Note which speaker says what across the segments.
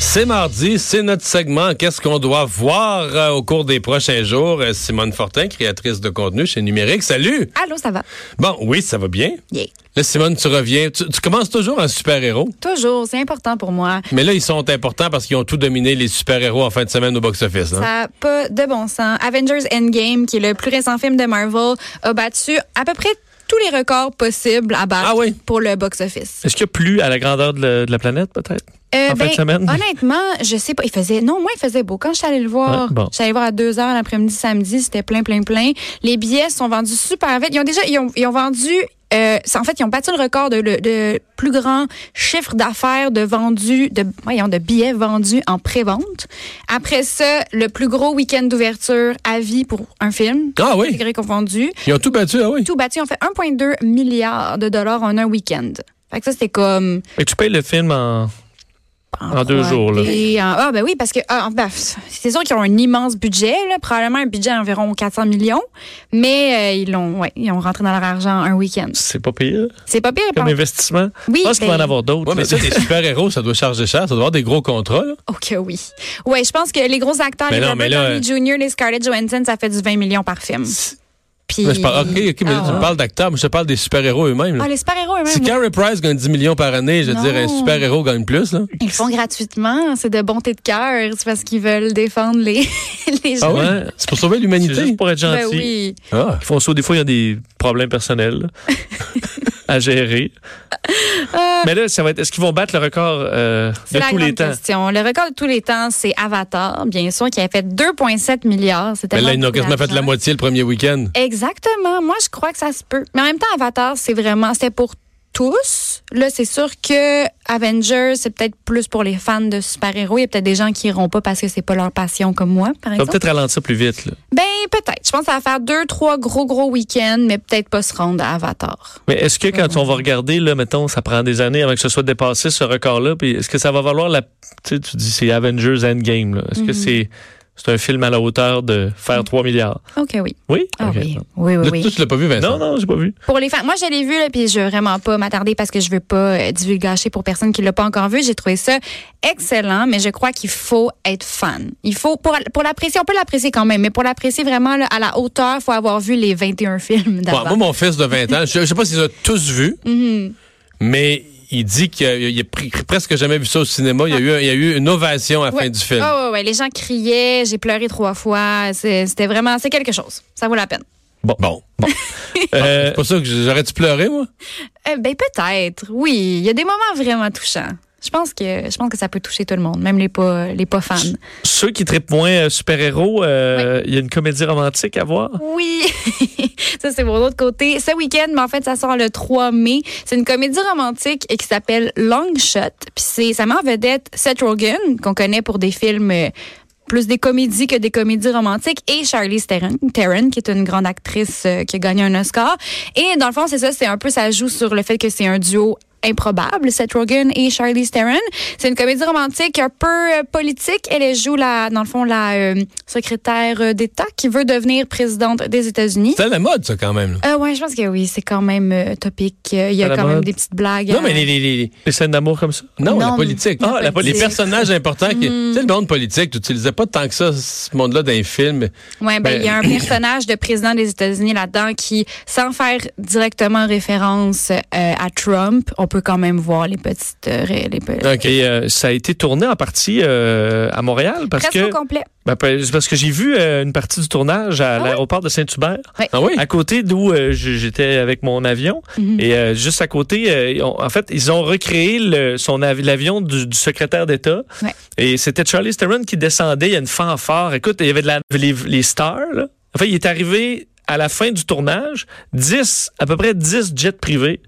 Speaker 1: C'est mardi, c'est notre segment. Qu'est-ce qu'on doit voir euh, au cours des prochains jours? Euh, Simone Fortin, créatrice de contenu chez Numérique. Salut!
Speaker 2: Allô, ça va?
Speaker 1: Bon, oui, ça va bien.
Speaker 2: Yeah.
Speaker 1: Là, Simone, tu reviens. Tu, tu commences toujours en super-héros,
Speaker 2: Toujours, c'est important pour moi.
Speaker 1: mais là, ils sont importants parce qu'ils ont tout dominé les super-héros en fin de semaine au box-office. hein?
Speaker 2: Ça n'a pas de bon sens. Avengers Endgame, qui est le plus récent film de Marvel, a battu à peu près tous les records possibles à battre
Speaker 1: Ah oui?
Speaker 2: pour le box-office.
Speaker 3: Est-ce qu'il y a plus à la grandeur de, la- de la planète, peut-être?
Speaker 2: Euh,
Speaker 3: en fin
Speaker 2: ben,
Speaker 3: de semaine?
Speaker 2: Honnêtement, je sais pas. Il faisait. Non, moi, il faisait beau. Quand je suis allée le voir,
Speaker 3: Ouais, bon.
Speaker 2: je suis allée le voir à 2 h l'après-midi, samedi, c'était plein, plein, plein. Les billets sont vendus super vite. Ils ont déjà. Ils ont, ils ont vendu. euh, c'est- en fait, ils ont battu le record de le de plus grand chiffre d'affaires de vendus, de, voyons, de billets vendus en pré-vente. Après ça, le plus gros week-end d'ouverture à vie pour un film.
Speaker 1: Ah oui?
Speaker 2: Intégré confondu.
Speaker 1: Ils ont tout battu, ah oui?
Speaker 2: Tout battu, on fait 1,2 milliard de dollars en un week-end. Fait que ça, c'était comme.
Speaker 3: Et tu payes le film en. En deux
Speaker 2: trois
Speaker 3: jours, là.
Speaker 2: pays, en- ah, ben oui, parce que ah, ben, pff, c'est sûr qu'ils ont un immense budget, là, probablement un budget d'environ 400 millions, mais euh, ils l'ont ouais, ils ont rentré dans leur argent un week-end.
Speaker 3: C'est pas pire
Speaker 2: C'est pas pire.
Speaker 3: comme
Speaker 2: par-
Speaker 3: investissement.
Speaker 2: Ah. Oui,
Speaker 3: Je pense qu'il va en
Speaker 2: ben-
Speaker 3: avoir d'autres.
Speaker 1: Ouais, mais
Speaker 3: là.
Speaker 1: ça, des super-héros, ça doit charger cher. Ça doit avoir des gros contrats, là.
Speaker 2: Ok, oui. Ouais, je pense que les gros acteurs,
Speaker 1: Mais
Speaker 2: les
Speaker 1: non, mais
Speaker 2: Robert
Speaker 1: là,
Speaker 2: Downey Jr., les Scarlett Johansson, ça fait du 20 millions par film. Puis...
Speaker 1: Là, je parle, OK, OK, mais là,
Speaker 2: Ah,
Speaker 1: tu me
Speaker 2: ouais.
Speaker 1: parles d'acteurs, mais je te parle des super-héros eux-mêmes. là.
Speaker 2: Ah, les super-héros
Speaker 1: si Carey
Speaker 2: eux-mêmes,
Speaker 1: Price gagne 10 millions par année, je veux
Speaker 2: Non.
Speaker 1: dire, un super-héros gagne plus, là.
Speaker 2: ils le font gratuitement, c'est de bonté de cœur, c'est parce qu'ils veulent défendre les, les gens.
Speaker 3: Ah ouais?
Speaker 1: C'est pour sauver
Speaker 3: C'est
Speaker 1: l'humanité.
Speaker 3: juste pour être gentil.
Speaker 2: Ben oui.
Speaker 1: Ah.
Speaker 3: Ils font ça. Des fois, il y a des problèmes personnels à gérer.
Speaker 2: Euh,
Speaker 3: Mais là, ça va être. Est-ce qu'ils vont battre le record euh,
Speaker 2: C'est
Speaker 3: de
Speaker 2: la
Speaker 3: tous les
Speaker 2: grande
Speaker 3: temps?
Speaker 2: question. Le record de tous les temps, c'est Avatar, bien sûr, qui a fait 2,7 milliards. C'était
Speaker 3: Ben
Speaker 1: Mais là, ils ont quasiment fait la moitié le premier week-end.
Speaker 2: Exactement. Moi, je crois que ça se peut. Mais en même temps, Avatar, c'est vraiment, c'était pour tous. Là, c'est sûr que Avengers, c'est peut-être plus pour les fans de super-héros. Il y a peut-être des gens qui iront pas parce que c'est pas leur passion, comme moi, par
Speaker 3: Ils vont
Speaker 2: exemple.
Speaker 3: peut-être ralentir plus vite. là.
Speaker 2: Ben, peut-être. Je pense que ça va faire deux, trois gros, gros week-ends, mais peut-être pas se rendre à Avatar.
Speaker 3: Mais est-ce que quand on va regarder, là, mettons, ça prend des années avant que ce soit dépassé, ce record-là, puis est-ce que ça va valoir la. Tu sais, tu dis, c'est Avengers Endgame, là. Est-ce
Speaker 2: Mhm.
Speaker 3: que c'est. C'est un film à la hauteur de faire 3 milliards.
Speaker 2: OK, oui.
Speaker 3: Oui?
Speaker 2: Mhm. Ah
Speaker 3: Ok.
Speaker 2: oui. Oui,
Speaker 1: Là,
Speaker 2: oui, oui.
Speaker 1: toi, tu l'as pas vu, Vincent.
Speaker 3: Non, non, j'ai pas vu.
Speaker 2: Pour les fans, moi je l'ai vu là, puis je veux vraiment pas m'attarder parce que je veux pas euh, divulgacher pour personne qui l'a pas encore vu. J'ai trouvé ça excellent, mais je crois qu'il faut être fan. Il faut pour pour l'apprécier, on peut l'apprécier quand même, mais pour l'apprécier vraiment là, à la hauteur, faut avoir vu les 21 films
Speaker 1: Bon,
Speaker 2: d'avant.
Speaker 1: moi, mon fils de 20 ans, je, je sais pas s'ils ont tous vu,
Speaker 3: Mm-hmm.
Speaker 1: mais il dit qu'il a, il a pr- presque jamais vu ça au cinéma. Il y a eu, un- il y a eu une ovation à la fin
Speaker 2: Ouais.
Speaker 1: du film.
Speaker 2: Ah ouais, ouais, les gens criaient, j'ai pleuré trois fois, C'est- c'était vraiment c'est quelque chose. Ça vaut la peine.
Speaker 1: Bon. Bon.
Speaker 3: Euh,
Speaker 1: C'est pour ça que j'aurais-tu pleuré, moi?
Speaker 2: Euh, ben peut-être. Oui, il y a des moments vraiment touchants. Je pense que je pense que ça peut toucher tout le monde, même les pas les pas fans.
Speaker 3: ceux qui trippent moins euh, super-héros, euh, il y a une comédie romantique à voir.
Speaker 2: Oui, ça c'est mon autre côté. Ce week-end, mais en fait, ça sort le 3 mai. C'est une comédie romantique et qui s'appelle Long Shot. Puis c'est ça met en vedette Seth Rogen qu'on connaît pour des films euh, plus des comédies que des comédies romantiques et Charlize Theron, Theron, qui est une grande actrice euh, qui a gagné un Oscar. Et dans le fond, c'est ça, c'est un peu ça joue sur le fait que c'est un duo improbable, Seth Rogen et Charlize Theron. C'est une comédie romantique un peu euh, politique. Elle elle joue la, dans le fond, la euh, secrétaire euh, d'État qui veut devenir présidente des États-Unis.
Speaker 1: C'était à la mode, ça, quand même. là.
Speaker 2: Euh, ouais, je pense que oui, c'est quand même euh, topique. Euh, Il y
Speaker 3: À
Speaker 2: a
Speaker 3: la
Speaker 2: quand même
Speaker 3: mode.
Speaker 2: des petites blagues. euh,
Speaker 1: Non, mais
Speaker 2: à-
Speaker 1: les, les- les- les-
Speaker 3: Des scènes d'amour comme ça.
Speaker 1: non, la
Speaker 2: Non,
Speaker 1: politique.
Speaker 3: Ah,
Speaker 2: la
Speaker 1: po- les
Speaker 2: politique.
Speaker 1: personnages importants. Qui,
Speaker 3: Mm.
Speaker 1: Tu sais, le monde politique, tu n'utilisais pas tant que ça, ce monde-là, dans les films.
Speaker 2: Ouais, ben,
Speaker 1: Ben-
Speaker 2: il y a un personnage de président des États-Unis là-dedans qui, sans faire directement référence euh, à Trump, on peut quand même voir les petites. euh, ré- les pe-
Speaker 1: OK.
Speaker 3: Et euh, ça a été tourné en partie euh, à Montréal parce
Speaker 2: Presque
Speaker 3: que
Speaker 2: au complet. Ah
Speaker 3: ben, parce parce que j'ai vu euh, une partie du tournage à
Speaker 2: ouais?
Speaker 3: l'aéroport de Saint-Hubert.
Speaker 1: Ah oui?
Speaker 3: À côté d'où euh, j- j'étais avec mon avion.
Speaker 2: Mhm.
Speaker 3: Et euh, juste à côté, euh, ils ont- en fait, ils ont recréé le- son av- l'avion du, du secrétaire d'État.
Speaker 2: Ouais.
Speaker 3: Et c'était Charlie Theron qui descendait. Il y a une fanfare. Écoute, il y avait de la, les, les stars. Là. Enfin, il est arrivé à la fin du tournage, 10, à peu près 10 jets privés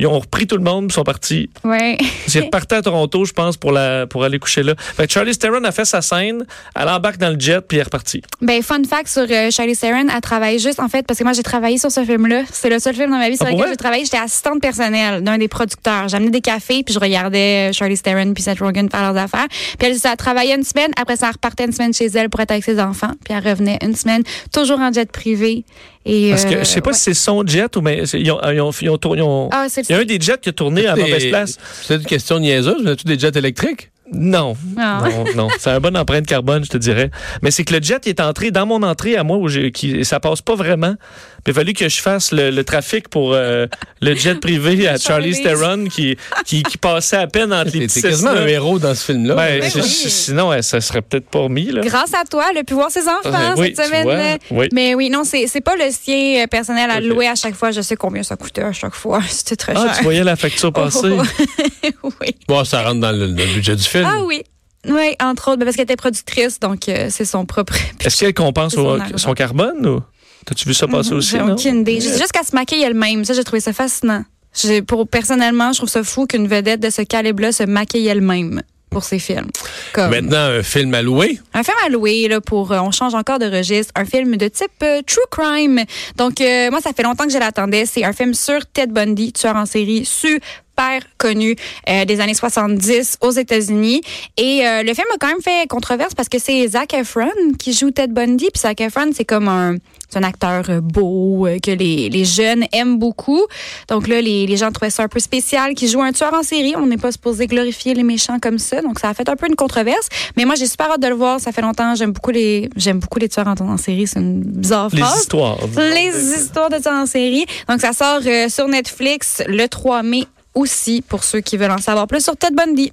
Speaker 3: Ils ont repris tout le monde, puis sont partis.
Speaker 2: Ouais.
Speaker 3: Ils repartaient à Toronto, je pense, pour, la, pour aller coucher là. Fait que Charlize Theron a fait sa scène, elle embarque dans le jet, puis elle est repartie.
Speaker 2: Ben, fun fact sur euh, Charlie Theron, elle travaille juste, en fait, parce que moi, j'ai travaillé sur ce film-là. C'est le seul film dans ma vie sur
Speaker 3: Ah, pour
Speaker 2: lequel
Speaker 3: vrai?
Speaker 2: j'ai travaillé. J'étais assistante personnelle d'un des producteurs. J'amenais des cafés, puis je regardais Charlie Theron puis Seth Rogen faire leurs affaires. Puis elle, ça travaillait une semaine. Après, ça elle repartait une semaine chez elle pour être avec ses enfants. Puis elle revenait une semaine, toujours en jet privé. Et,
Speaker 3: Parce que
Speaker 2: euh,
Speaker 3: je sais pas
Speaker 2: ouais.
Speaker 3: si c'est son jet ou mais c'est- ils ont, ils ont- ils ont tourné- ils ont-
Speaker 2: Ah, c'est le
Speaker 3: il y a un des jets qui a tourné à mauvaise
Speaker 1: Et-
Speaker 3: place.
Speaker 1: C'est une question niaiseuse. Vous tu des jets électriques?
Speaker 3: Non,
Speaker 2: Ah.
Speaker 3: non, non. C'est un bon empreinte carbone, je te dirais. Mais c'est que le jet il est entré dans mon entrée à moi où j'ai- qui, ça passe pas vraiment. Mais il a fallu que je fasse le, le trafic pour euh, le jet privé à Charlie
Speaker 2: Charlize.
Speaker 3: Theron qui, qui, qui passait à peine entre les
Speaker 1: T'es
Speaker 3: petits
Speaker 1: t'es quasiment
Speaker 3: Cessna.
Speaker 1: un héros dans ce film-là.
Speaker 3: Ben,
Speaker 2: Ben
Speaker 3: c'est-
Speaker 2: oui.
Speaker 3: Sinon, elle, ça serait peut-être pas remis. Là.
Speaker 2: Grâce à toi, elle a pu voir ses enfants
Speaker 3: Ah, oui,
Speaker 2: cette
Speaker 3: tu
Speaker 2: semaine.
Speaker 3: vois,
Speaker 2: euh,
Speaker 3: oui.
Speaker 2: Mais oui, non, c'est c'est pas le sien euh, personnel à
Speaker 3: Ok.
Speaker 2: louer à chaque fois. Je sais combien ça coûtait à chaque fois. C'était très
Speaker 3: Ah,
Speaker 2: cher.
Speaker 3: tu voyais la facture passer.
Speaker 2: Oh, oui.
Speaker 1: Bon, ça rentre dans le, le budget du film.
Speaker 2: Ah oui. Oui, entre autres, ben, parce qu'elle était productrice, donc euh, c'est son propre.
Speaker 3: Est-ce qu'elle compense
Speaker 2: C'est son
Speaker 3: au-
Speaker 2: argent.
Speaker 3: son Mhm. carbone ou t'as-tu vu ça passer aussi?
Speaker 2: J'ai
Speaker 3: non? Euh.
Speaker 2: aucune idée. J'ai juste qu'à se maquiller elle-même. Ça, j'ai trouvé ça fascinant. J'ai- Pour, personnellement, je trouve ça fou qu'une vedette de ce calibre-là se maquille elle-même pour ses films. Comme
Speaker 3: Ben,
Speaker 1: Maintenant, un film à louer.
Speaker 2: un film à louer là, pour euh, on change encore de registre, un film de type euh, true crime. Donc euh, moi ça fait longtemps que je l'attendais, c'est un film sur Ted Bundy, tueur en série super connu euh, des années 70 aux États-Unis et euh, le film a quand même fait controverse parce que c'est Zac Efron qui joue Ted Bundy puis Zac Efron c'est comme un c'est un acteur euh, beau euh, que les, les jeunes aiment beaucoup donc là les, les gens trouvaient ça un peu spécial qui joue un tueur en série on n'est pas supposé glorifier les méchants comme ça donc ça a fait un peu une controverse mais moi j'ai super hâte de le voir ça fait longtemps j'aime beaucoup les j'aime beaucoup les tueurs en, en série c'est une bizarre
Speaker 3: oh, Les
Speaker 2: phrase
Speaker 3: histoires.
Speaker 2: les histoires de tueurs en série. Donc, ça sort euh, sur Netflix le 3 mai aussi, pour ceux qui veulent en savoir plus sur Ted Bundy.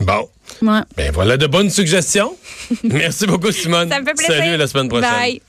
Speaker 1: Bon.
Speaker 2: Ouais.
Speaker 1: Ben voilà de bonnes suggestions. Merci beaucoup, Simone.
Speaker 2: Ça me fait plaisir.
Speaker 1: Salut, à la semaine prochaine.
Speaker 2: Bye.